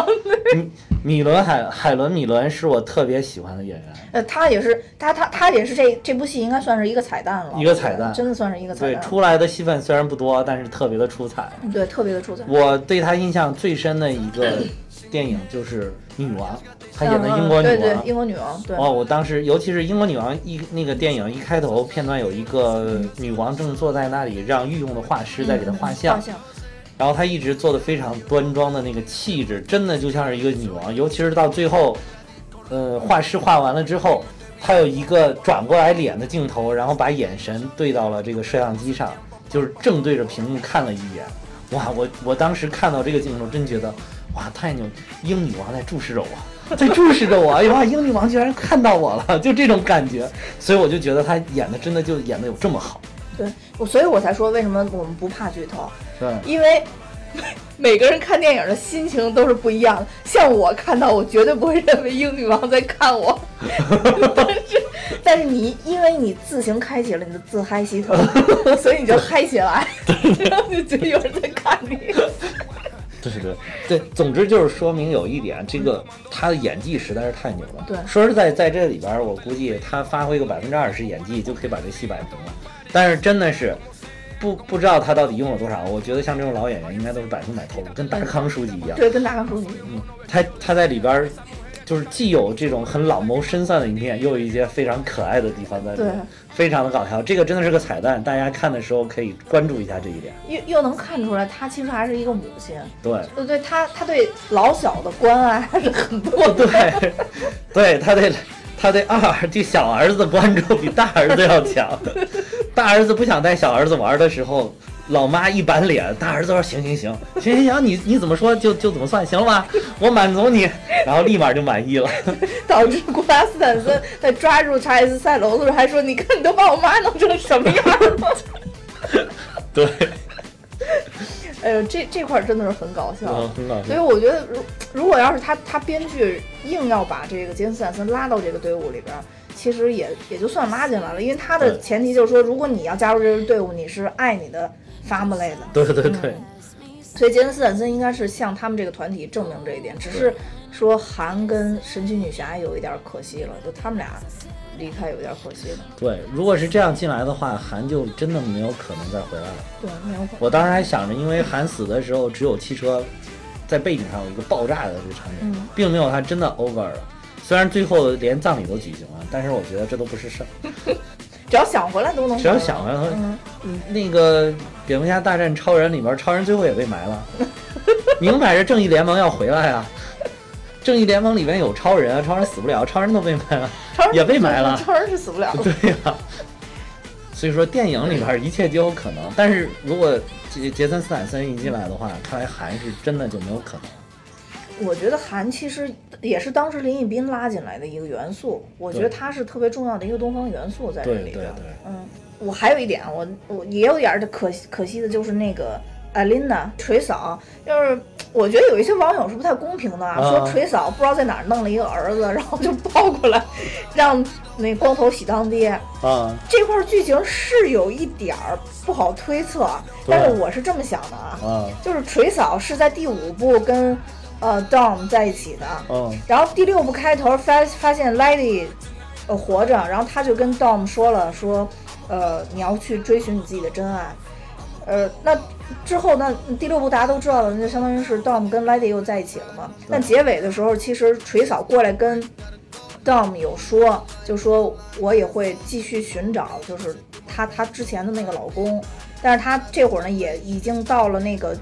S2: 米米伦海海伦米伦是我特别喜欢的演员，
S1: 呃，他也是，他他他也是这这部戏应该算是一个彩蛋了，
S2: 一个彩蛋
S1: 我觉得真的算是一个彩
S2: 对，
S1: 蛋，嗯
S2: 出来的戏份虽然不多，但是特别的出彩。
S1: 对特别的出彩。
S2: 我对他印象最深的一个电影就是《女王》，她演的英国女
S1: 嗯对
S2: 王。
S1: 对，英国女王，对，
S2: 哦，我当时，尤其是英国女王一那个电影一开头片段，有一个女王正坐在那里，让御用的画师在给她画像，
S1: 画像，
S2: 然后她一直做的非常端庄的那个气质，真的就像是一个女王。尤其是到最后，呃，画师画完了之后，她有一个转过来脸的镜头，然后把眼神对到了这个摄像机上，就是正对着屏幕看了一眼。哇，我我当时看到这个镜头，真觉得哇，太牛！英女王在注视着我，在注视着我。哎呀，英女王居然看到我了，就这种感觉。所以我就觉得她演的真的就演的有这么好。
S1: 对我，所以我才说为什么我们不怕剧透，
S2: 对，
S1: 因为每个人看电影的心情都是不一样的。像我看到，我绝对不会认为英女王在看 我，但是但是你因为你自行开启了你的自嗨系 统，所以你就嗨起来，然后就觉得有人在看你。
S2: 对对对，总之就是说明有一点，这个她的演技实在是太牛了。
S1: 对
S2: 说实在，在这里边儿，我估计她发挥个百分之二十演技就可以把这戏摆平了。但是真的是。不不知道她到底用了多少，我觉得像这种老演员应该都是百分百投入，跟达康书记一样。
S1: 对，跟大家说你
S2: 嗯，他他在里边儿就是既有这种很老谋深算的一面，又有一些非常可爱的地方在里
S1: 对
S2: 面，非常的搞笑。这个真的是个彩蛋，大家看的时候可以关注一下这一点。
S1: 又又能看出来，她其实还是一个母亲。
S2: 对，
S1: 对对，她她对老小的关爱还是很多的。
S2: 对，对他对他对二儿对小儿子的关注比大儿子要强。大儿子不想带小儿子玩的时候，老妈一板脸，大儿子说行行行行行行，你你怎么说就就怎么算，行了吧？我满足你，然后立马就满意了。
S1: 导致古拉斯坦森在抓住查理斯塞楼的时候还说：“你看你都把我妈弄成什么样了
S2: 对，！”
S1: 哎呦，这这块儿真的是很搞笑。
S2: 嗯，很搞笑
S1: 所以。我觉得如，如果要是他他编剧硬要把这个杰森斯坦森拉到这个队伍里边儿，其实也也就算拉进来了，因为他的
S2: 对
S1: 前提就是说，如果你要加入这支队伍，你是爱你的 family 的，
S2: 对对对，
S1: 所以杰森斯坦森应该是向他们这个团体证明这一点，只是说韩跟神奇女侠有一点儿可惜了，就他们俩离开有点儿可惜了。
S2: 对，如果是这样进来的话，韩就真的没有可能再回来了。
S1: 对，没有可能。
S2: 我当时还想着，因为韩死的时候只有汽车在背景上有一个爆炸的这个场景，
S1: 嗯
S2: 并没有他真的 over 了。虽然最后连葬礼都举行了，但是我觉得这都不是事儿。
S1: 只要想回来都能回来。
S2: 只要想完了，
S1: 嗯，
S2: 嗯那个蝙蝠侠大战超人里边，超人最后也被埋了， 明摆着正义联盟要回来啊！正义联盟里面有超人啊，超人死不了，超人都被埋了，
S1: 超人
S2: 也被埋了。
S1: 超人是死不 了的。
S2: 对呀、所以说电影里边儿一切皆有可能，但是如果杰杰森斯坦森一进来的话，看来韩是真的就没有可能。
S1: 我觉得韩其实也是当时林一斌拉进来的一个元素，我觉得他是特别重要的一个东方元素在这
S2: 对
S1: 里
S2: 对
S1: 边。
S2: 对
S1: 嗯，我还有一点，我我也有点儿的可惜可惜的就是那个。艾琳娜锤嫂，就是我觉得有一些网友是不太公平的啊，
S2: 啊
S1: 说锤嫂不知道在哪儿弄了一个儿子，然后就抱过来，让那光头喜当爹。
S2: 啊，
S1: 这块儿剧情是有一点儿不好推测，啊
S2: 对
S1: 但是我是这么想的啊，
S2: 啊
S1: 就是锤嫂是在第五部跟呃 Dom 在一起的，
S2: 嗯
S1: 然后第六部开头发发现 Lady 呃活着，然后他就跟 Dom 说了说，呃你要去追寻你自己的真爱，呃那之后呢第六部大家都知道了，那就相当于是 Dom 跟 Lady 又在一起了嘛。但结尾的时候，其实锤嫂过来跟 Dom 有说，就说我也会继续寻找，就是她她之前的那个老公，但是她这会儿呢也已经到了那个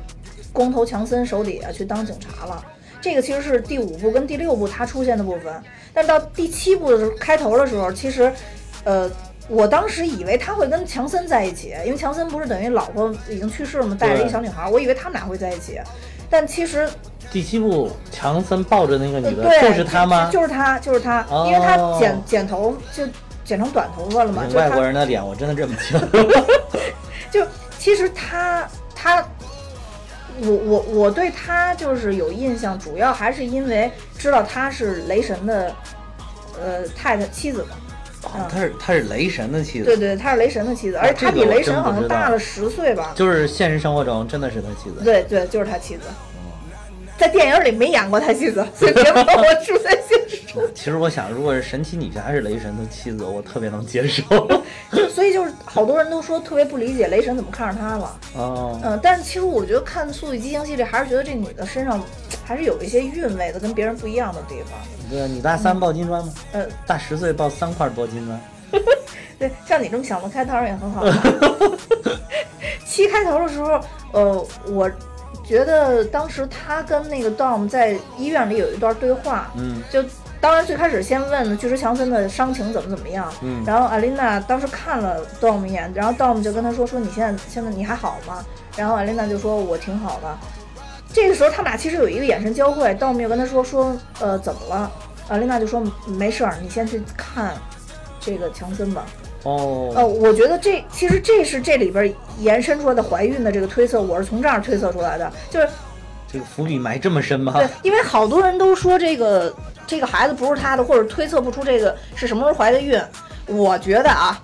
S1: 光头强森手底下去当警察了。这个其实是第五部跟第六部他出现的部分，但到第七部的时候开头的时候，其实，呃，我当时以为他会跟强森在一起，因为强森不是等于老婆已经去世了嘛，带着一
S2: 对
S1: 小女孩，我以为他们俩会在一起，但其实
S2: 第七部强森抱着那个女的，
S1: 呃对，
S2: 就是她吗？
S1: 就就是他，就是他，
S2: 哦
S1: 因为他剪剪头就剪成短头发了嘛，
S2: 嗯
S1: 就
S2: 外国
S1: 他
S2: 人的脸我真的认不清。
S1: 就其实他他。我我我对他就是有印象，主要还是因为知道他是雷神的，呃，太太妻子嘛。
S2: 哦她是她是雷神的妻
S1: 对
S2: 子，
S1: 对，她是雷神的妻子，而且
S2: 哦这
S1: 她
S2: 个
S1: 比
S2: 我
S1: 雷
S2: 真
S1: 神
S2: 不
S1: 好像
S2: 知道
S1: 大了十岁吧？
S2: 就是现实生活中真的是他妻子。
S1: 对对，就是他妻子，在电影里没演过他妻子，所以别把我出在现实 中。
S2: 其实我想，如果是神奇女侠是雷神的妻子，我特别能 接受。
S1: 就所以就是好多人都说特别不理解雷神怎么看上她了，
S2: 哦，
S1: 嗯，但是其实我觉得看《速度与激情》系列，还是觉得这女的身上还是有一些韵味的，跟别人不一样的地方。
S2: 对啊，你大三抱金砖吗？
S1: 呃，
S2: 大十岁抱三块铂金砖，
S1: 对，像你这么想得开头也很好。 七开头的时候，呃，我觉得当时他跟那个 Dom 在医院里有一段对话，
S2: 嗯
S1: 就当然最开始先问巨石强森的伤情怎么怎么样，
S2: 嗯
S1: 然后阿琳娜当时看了 Dom 一眼，然后 Dom 就跟他说说你现在现在你还好吗？然后阿琳娜就说我挺好的。这个时候他们俩其实有一个眼神交汇，Dom 又跟他说说呃怎么了？阿琳娜就说没事儿，你先去看这个强森吧。呃，
S2: 哦，
S1: 我觉得这其实这是这里边延伸出来的怀孕的这个推测，我是从这儿推测出来的，就是
S2: 这个伏笔埋这么深吗？
S1: 对，因为好多人都说这个这个孩子不是他的，或者推测不出这个是什么时候怀的孕。我觉得啊，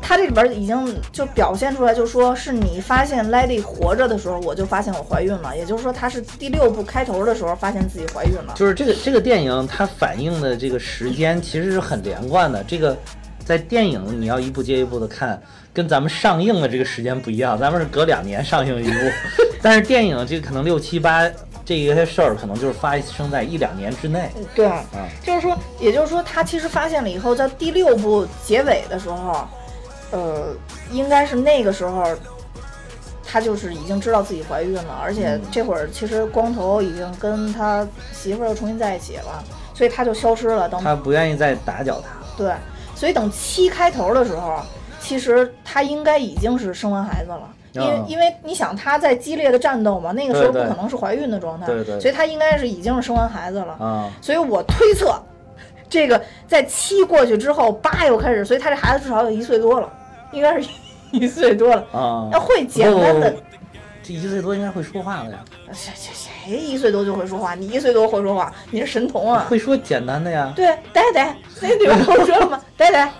S1: 他这里边已经就表现出来，就说是你发现 Lady 活着的时候，我就发现我怀孕了，也就是说他是第六部开头的时候发现自己怀孕了。
S2: 就是这个这个电影，它反映的这个时间其实是很连贯的。这个在电影你要一部接一部的看，跟咱们上映的这个时间不一样，咱们是隔两年上映一部， 但是电影这个可能六七八这一些事儿，可能就是发生在一两年之内。
S1: 对，
S2: 啊
S1: 就是说，也就是说，他其实发现了以后，在第六部结尾的时候，呃，应该是那个时候，他就是已经知道自己怀孕了，而
S2: 嗯
S1: 且这会儿其实光头已经跟他媳妇儿又重新在一起了，所以他就消失了。等
S2: 他不愿意再打搅他。
S1: 对，所以等七开头的时候，其实他应该已经是生完孩子了。因为
S2: 嗯
S1: 因为你想他在激烈的战斗嘛，那个时候不
S2: 对对
S1: 可能是怀孕的状态，
S2: 对对
S1: 所以他应该是已经是生完孩子了。
S2: 啊，
S1: 所以我推测，这个在七过去之后，八又开始，所以他这孩子至少有一岁多了，应该是一岁多了。
S2: 啊
S1: 那会简单的
S2: 不，这一岁多应该会说话了呀，
S1: 谁谁谁一岁多就会说话？你一岁多会说话，你是神童啊！
S2: 会说简单的呀。
S1: 对，呆呆，那女儿跟我说了吗？呆呆，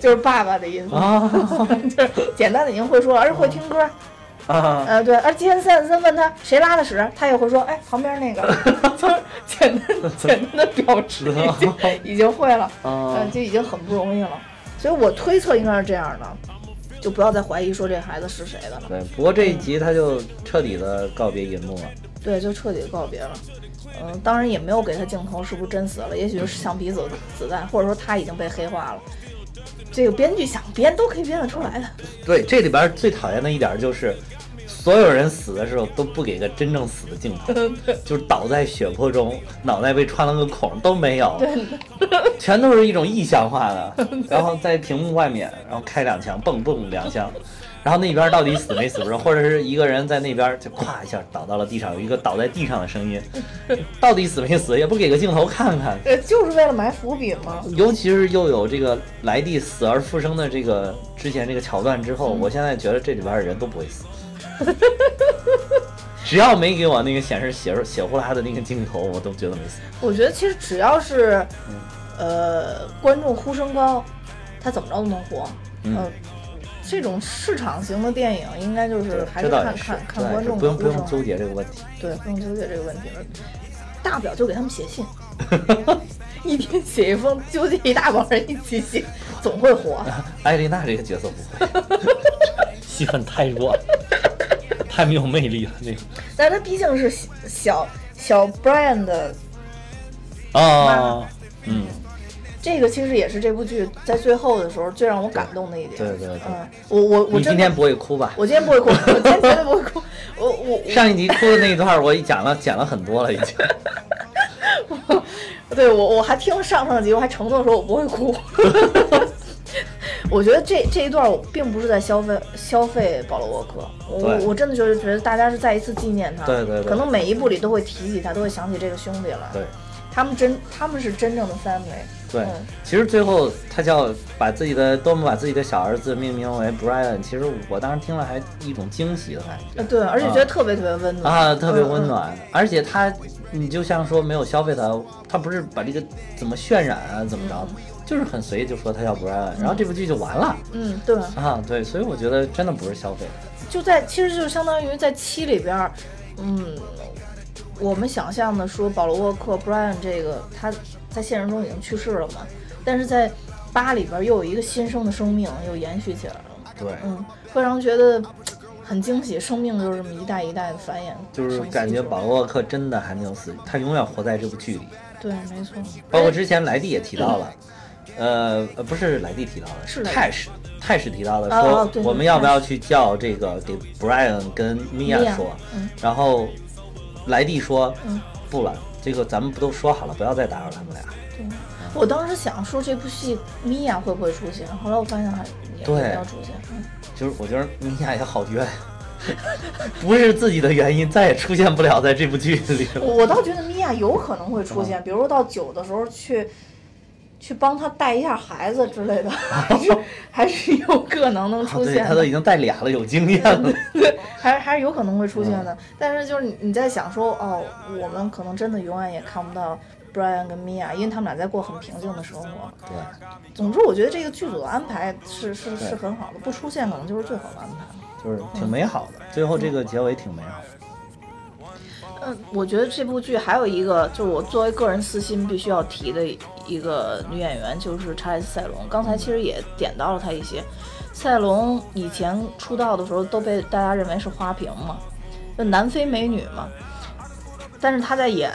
S1: 就是爸爸的意思，
S2: 啊
S1: 就是简单的已经会说了，而且会听歌。
S2: 啊，
S1: 呃，对，而今天三三问他谁拉的屎，他也会说，哎，旁边那个，就是简单简单的表示已经已经会了。
S2: 啊
S1: 嗯，，就已经很不容易了。所以我推测应该是这样的，就不要再怀疑说这孩子是谁的了。
S2: 对。不过这一集他就彻底的告别银幕了。
S1: 对，就彻底告别了。嗯，当然也没有给他镜头，是不是真死了？也许是橡皮子子弹，或者说他已经被黑化了。这个编剧想编都可以编得出来的。
S2: 对，这里边最讨厌的一点就是，所有人死的时候都不给个真正死的镜头，就是倒在血泊中，脑袋被穿了个孔都没有，全都是一种意象化的。然后在屏幕外面，然后开两枪，蹦蹦两枪。然后那边到底死没死不知道，或者是一个人在那边就咵一下倒到了地上，有一个倒在地上的声音，到底死没死也不给个镜头看看，
S1: 对，就是为了埋伏笔嘛。
S2: 尤其是又有这个莱蒂死而复生的这个之前这个桥段之后，
S1: 嗯
S2: 我现在觉得这里边的人都不会 死。只要没给我那个显示血血呼啦的那个镜头，我都觉得没死。
S1: 我觉得其实只要是，
S2: 嗯
S1: 呃，观众呼声高，他怎么着都能火。
S2: 嗯
S1: 呃，这种市场型的电影应该就是还
S2: 这
S1: 是
S2: 倒
S1: 看
S2: 也是
S1: 看，
S2: 这
S1: 看
S2: 倒也
S1: 观
S2: 是
S1: 众
S2: 不
S1: 的
S2: 用
S1: 呼
S2: 不
S1: 声。
S2: 用纠结这个 问题。
S1: 对，不用纠结这个问题了，大不了就给他们写 信，一天写一封，纠结一大帮人一起写，总会火。
S2: 艾丽娜这个角色不会，
S4: 戏份太弱 了，太没有魅力了。这个
S1: 但是他毕竟是小小小 Brian 的，
S2: 哦，嗯，
S1: 这个其实也是这部剧在最后的时候最让我感动的一点。
S2: 对对对对
S1: 嗯，我我我
S2: 你今
S1: 真
S2: 天
S1: 的，
S2: 不会哭吧？
S1: 我今天不会哭，我今天绝对不会哭，我我
S2: 上一集哭的那一段我已讲了讲了很多了，已经。
S1: 对我我还听了上上集，我还承诺说我不会 哭。我觉得这这一段我并不是在消费消费保罗沃克，我
S2: 对
S1: 我真的就是觉得大家是再一次纪念他，
S2: 对对对
S1: 可能每一部里都会提起他，都会想起这个兄弟来。
S2: 对，
S1: 他们真他们是真正的 family，
S2: 对
S1: 嗯，
S2: 其实最后他叫把自己的多么把自己的小儿子命名为 Brian，其实我当时听了还一种惊喜的感觉
S1: 呃对，而且
S2: 啊
S1: 觉得特别特别温暖
S2: 啊，特别温。
S1: 嗯嗯
S2: 暖。而且他，你就像说没有消费他，他不是把这个怎么渲染啊，怎么着，就是很随意就说他叫 Brian，然后这部剧就完了
S1: 嗯，对，
S2: 啊。对，所以我觉得真的不是消费的，
S1: 就在其实就是相当于在七里边儿，嗯，我们想象的说保罗沃克 Brian 这个他在现实中已经去世了嘛，但是在八里边儿又有一个新生的生命又延续起来了，
S2: 对，
S1: 嗯，会让人觉得嘖很惊喜，生命就是这么一代一代的繁衍，
S2: 就是
S1: 生息
S2: 感觉
S1: 出来
S2: 保罗沃克真的还没有死，他永远活在这部剧里。
S1: 对，没错，
S2: 包括之前莱蒂也提到了，呃，呃不是莱蒂提到了，
S1: 嗯是莱蒂
S2: 泰什泰什提到了
S1: 哦哦
S2: 说
S1: 对对，
S2: 我们要不要去叫这个给 Brian 跟 Mia
S1: Mia，
S2: 说
S1: 嗯，
S2: 然后莱蒂说
S1: 嗯，
S2: 不了，这个咱们不都说好了，不要再打扰他们俩。
S1: 我当时想说这部戏米娅会不会出现，后来我发现还也
S2: 对
S1: 没有出现。嗯
S2: 就是我觉得米娅也好冤， 不是自己的原因，再也出现不了在这部剧里了。
S1: 我倒觉得米娅有可能会出
S2: 嗯
S1: 现，比如说到酒的时候去，去帮他带一下孩子之 类的，还是还是有可能能
S2: 啊
S1: 出
S2: 对，
S1: 现
S2: 他都
S1: 的，
S2: 已经带俩了，有经验了。
S1: 还是还是有可能会出现的。
S2: 嗯
S1: 但是就是你你在想说，哦，我们可能真的永远也看不到 Brian 跟米娅，因为他们俩在过很平静的生活。
S2: 对，
S1: 总之，我觉得这个剧组的安排是是
S2: 对
S1: 是很好的，不出现可能就是最好的安排。
S2: 就是挺美好的，最后这个结尾挺美好的。
S1: 嗯，我觉得这部剧还有一个，就是我作为个人私心必须要提的一个女演员，就是查理斯塞隆。刚才其实也点到了她一些，塞隆以前出道的时候都被大家认为是花瓶嘛，就南非美女嘛。但是她在演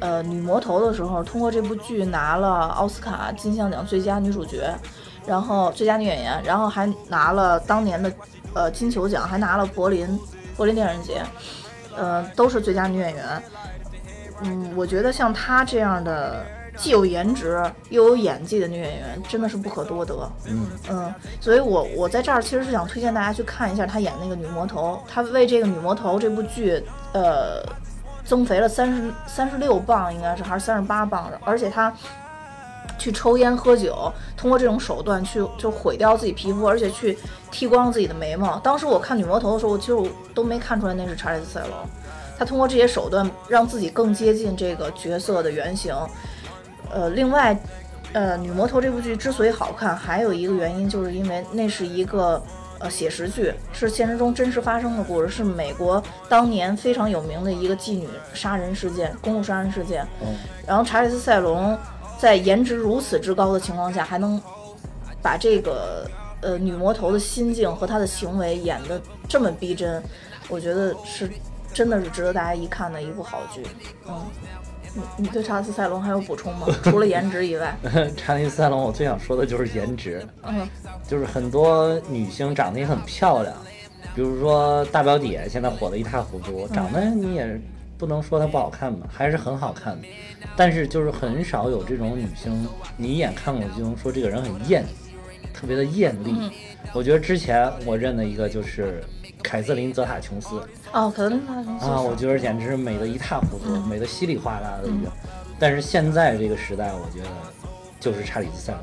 S1: 呃女魔头的时候，通过这部剧拿了奥斯卡金像奖最佳女主角，然后最佳女演员，然后还拿了当年的呃金球奖，还拿了柏林柏林电影节。呃，都是最佳女演员。嗯，我觉得像她这样的既有颜值又有演技的女演员，真的是不可多得。
S2: 嗯
S1: 嗯，所以我我在这儿其实是想推荐大家去看一下她演那个女魔头，她为这个女魔头这部剧，呃，增肥了三十三十六磅，应该是还是三十八磅，而且她。去抽烟喝酒，通过这种手段去就毁掉自己皮肤，而且去剃光自己的眉毛。当时我看女魔头的时候，我就都没看出来那是查理斯塞隆。他通过这些手段让自己更接近这个角色的原型。呃，另外，呃，《女魔头》这部剧之所以好看，还有一个原因就是因为那是一个呃写实剧，是现实中真实发生的故事，是美国当年非常有名的一个妓女杀人事件，公路杀人事件。
S2: 嗯
S1: 然后查理斯·塞隆在颜值如此之高的情况下，还能把这个呃女魔头的心境和她的行为演得这么逼真，我觉得是真的是值得大家一看的一部好剧。嗯，你你对查理斯·塞隆还有补充吗？除了颜值以外，
S2: 查理斯塞隆，我最想说的就是颜值，
S1: 嗯
S2: 就是很多女星长得也很漂亮，比如说大表姐现在火得一塌糊涂，长得你也不能说她不好看吧，还是很好看的，但是就是很少有这种女星，你一眼看过去就能说这个人很艳，特别的艳丽。我觉得之前我认的一个就是凯瑟琳·泽塔·琼斯，
S1: 哦，可能他
S2: 啊，我觉得简直是美得一塌糊涂，
S1: 嗯
S2: 美得稀里哗啦的一个。但是现在这个时代，我觉得就是查理斯塞隆，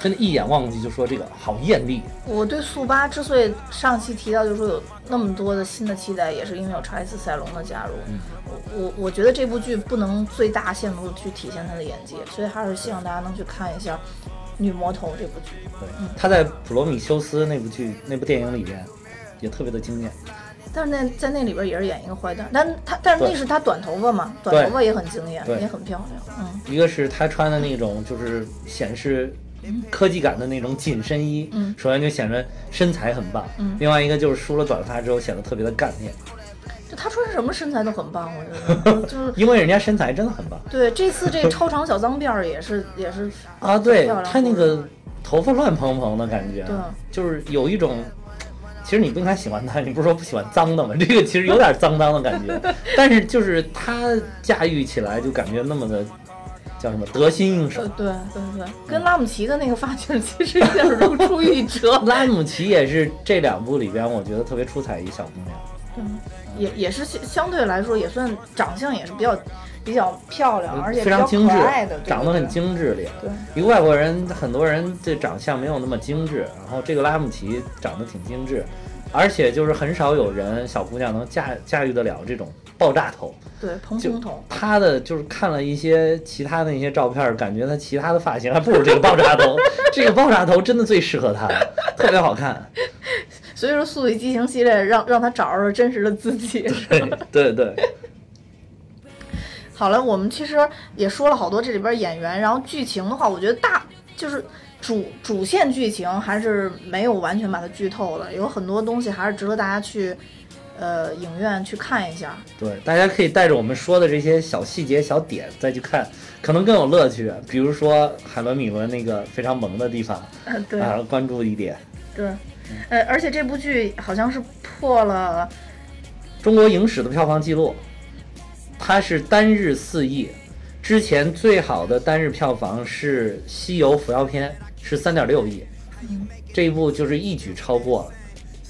S2: 真的一眼望过去就说这个好艳丽。
S1: 我对速八之所以上期提到，就是说有那么多的新的期待，也是因为有查理斯·塞隆的加入。
S2: 嗯
S1: 我我我觉得这部剧不能最大限度地去体现他的演技，所以还是希望大家能去看一下《女魔头》这部剧。
S2: 对，他在《普罗米修斯》那部剧、那部电影里边也特别的惊艳。
S1: 但是那在那里边也是演一个坏蛋，但他但是那
S2: 对
S1: 是他短头发嘛，
S2: 对
S1: 短头发也很惊艳
S2: 对，
S1: 也很漂亮。嗯
S2: 一个是他穿的那种就是显示科技感的那种紧身衣，
S1: 嗯
S2: 首先就显得身材很棒。
S1: 嗯
S2: 另外一个就是梳了短发之后显得特别的干练，
S1: 就他穿什么身材都很棒，我觉得就是。
S2: 因为人家身材真的很棒
S1: 对，这次这超长小脏辫儿也是也是
S2: 啊。对
S1: 漂亮
S2: 他那个头发乱蓬蓬的感觉，啊
S1: 对，
S2: 就是有一种，其实你不应该喜欢他，你不是说不喜欢脏的吗？这个其实有点脏脏的感 觉，但是就是他驾驭起来就感觉那么的叫什么得心应手，
S1: 呃。对对对，跟拉姆齐的那个发型其实有点如出一辙
S2: 拉姆齐也是这两部里边我觉得特别出彩一小姑娘，
S1: 也也是相相对来说也算长相也是比较比较漂亮，而且
S2: 呃
S1: 比
S2: 非
S1: 较
S2: 常精
S1: 可
S2: 致
S1: 爱的，，
S2: 长得很精致脸。
S1: 对
S2: 一个外国人，很多人这长相没有那么精致，然后这个拉姆齐长得挺精致，而且就是很少有人小姑娘能驾驾驭得了这种爆炸头。
S1: 对对蓬
S2: 就
S1: 蓬头。
S2: 他的就是看了一些其他的一些照片儿，感觉他其他的发型还不如这个爆炸头， 这个爆炸头真的最适合他，特别好看。
S1: 所以说，《速度与激情》系列让让他找着了真实的自己。
S2: 对 对对，
S1: 好了，我们其实也说了好多这里边演员，然后剧情的话，我觉得大就是主主线剧情还是没有完全把它剧透了，有很多东西还是值得大家去。的影院去看一下。
S2: 对，大家可以带着我们说的这些小细节、小点再去看，可能更有乐趣。比如说海伦米伦那个非常萌的地方
S1: 呃，对
S2: 啊，关注一点。
S1: 对，呃，而且这部剧好像是破了，
S2: 中国影史的票房记录，它是单日四亿，之前最好的单日票房是《西游伏妖篇》，是三点六亿，这一部就是一举超过了。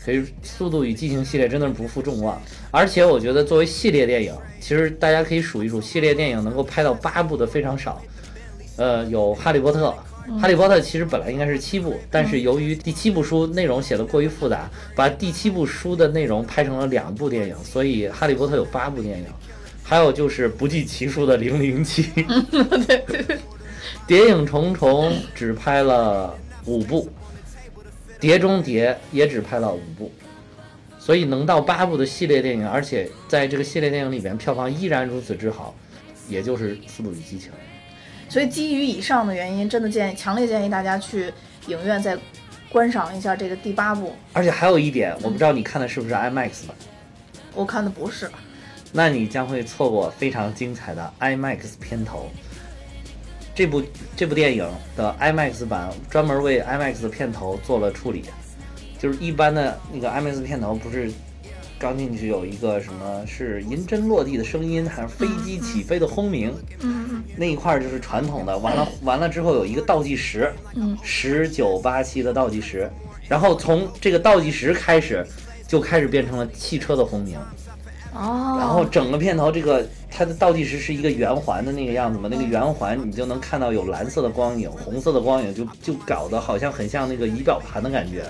S2: 所以《速度与激情》系列真的是不负众望，而且我觉得作为系列电影，其实大家可以数一数，系列电影能够拍到八部的非常少。呃，有《哈利波特》，哈利波特》其实本来应该是七部，但是由于第七部书内容写的过于复杂，把第七部书的内容拍成了两部电影，所以《哈利波特》有八部电影。还有就是不计其数的《零零七》，谍影重重》只拍了五部，《碟中谍》也只拍了五部，所以能到八部的系列电影，而且在这个系列电影里边票房依然如此之好，也就是《速度与激情》。
S1: 所以基于以上的原因，真的建议强烈建议大家去影院再观赏一下这个第八部。
S2: 而且还有一点，我不知道你看的是不是 IMAX 版，
S1: 我看的不是，
S2: 那你将会错过非常精彩的 IMAX 片头。这部这部电影的 IMAX 版专门为 IMAX 的片头做了处理，就是一般的那个 IMAX 片头不是刚进去有一个什么是银针落地的声音，还是飞机起飞的轰鸣，那一块儿就是传统的。完了完了之后有一个倒计时，十九八七的倒计时，然后从这个倒计时开始就开始变成了汽车的轰鸣。
S1: 哦，
S2: 然后整个片头这个它的倒计时是一个圆环的那个样子嘛，那个圆环你就能看到有蓝色的光影、红色的光影，就就搞得好像很像那个仪表盘的感觉，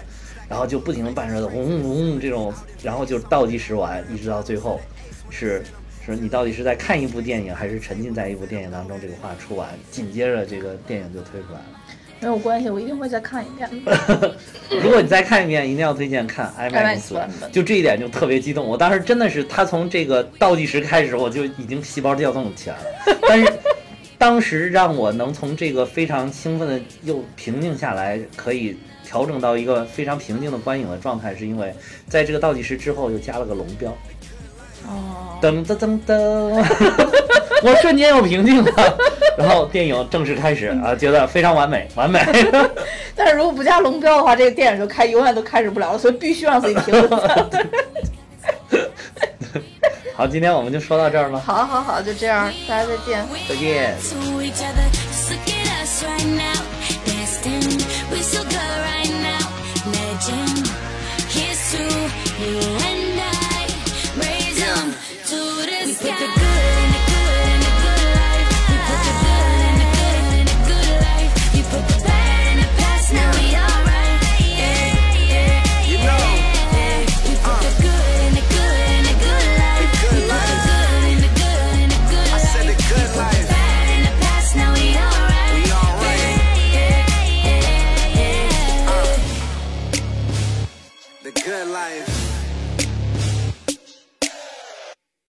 S2: 然后就不停的伴着轰轰轰这种，然后就倒计时完，一直到最后是。是你到底是在看一部电影，还是沉浸在一部电影当中？这个话出完，紧接着这个电影就推出来了。
S1: 没有关系，我一定会再看一遍的。
S2: 如果你再看一遍，一定要推荐看 IMAX 版
S1: 版本
S2: 就这一点就特别激动。我当时真的是，他从这个倒计时开始，我就已经细胞调动起来了。但是当时让我能从这个非常兴奋的又平静下来，可以调整到一个非常平静的观影的状态，是因为在这个倒计时之后又加了个龙标，
S1: 哦，
S2: 噔噔噔噔， 我瞬间又平静了。然后电影正式开始啊，觉得非常完美，完美。
S1: 但是如果不加龙标的话，这个电影就开永远都开始不了了，所以必须让自己停顿。
S2: 好，今天我们就说到这儿吧，
S1: 好好好，就这样，大家再见。
S2: 再见。
S5: to each other. Just look at us right now, dancing. We so good.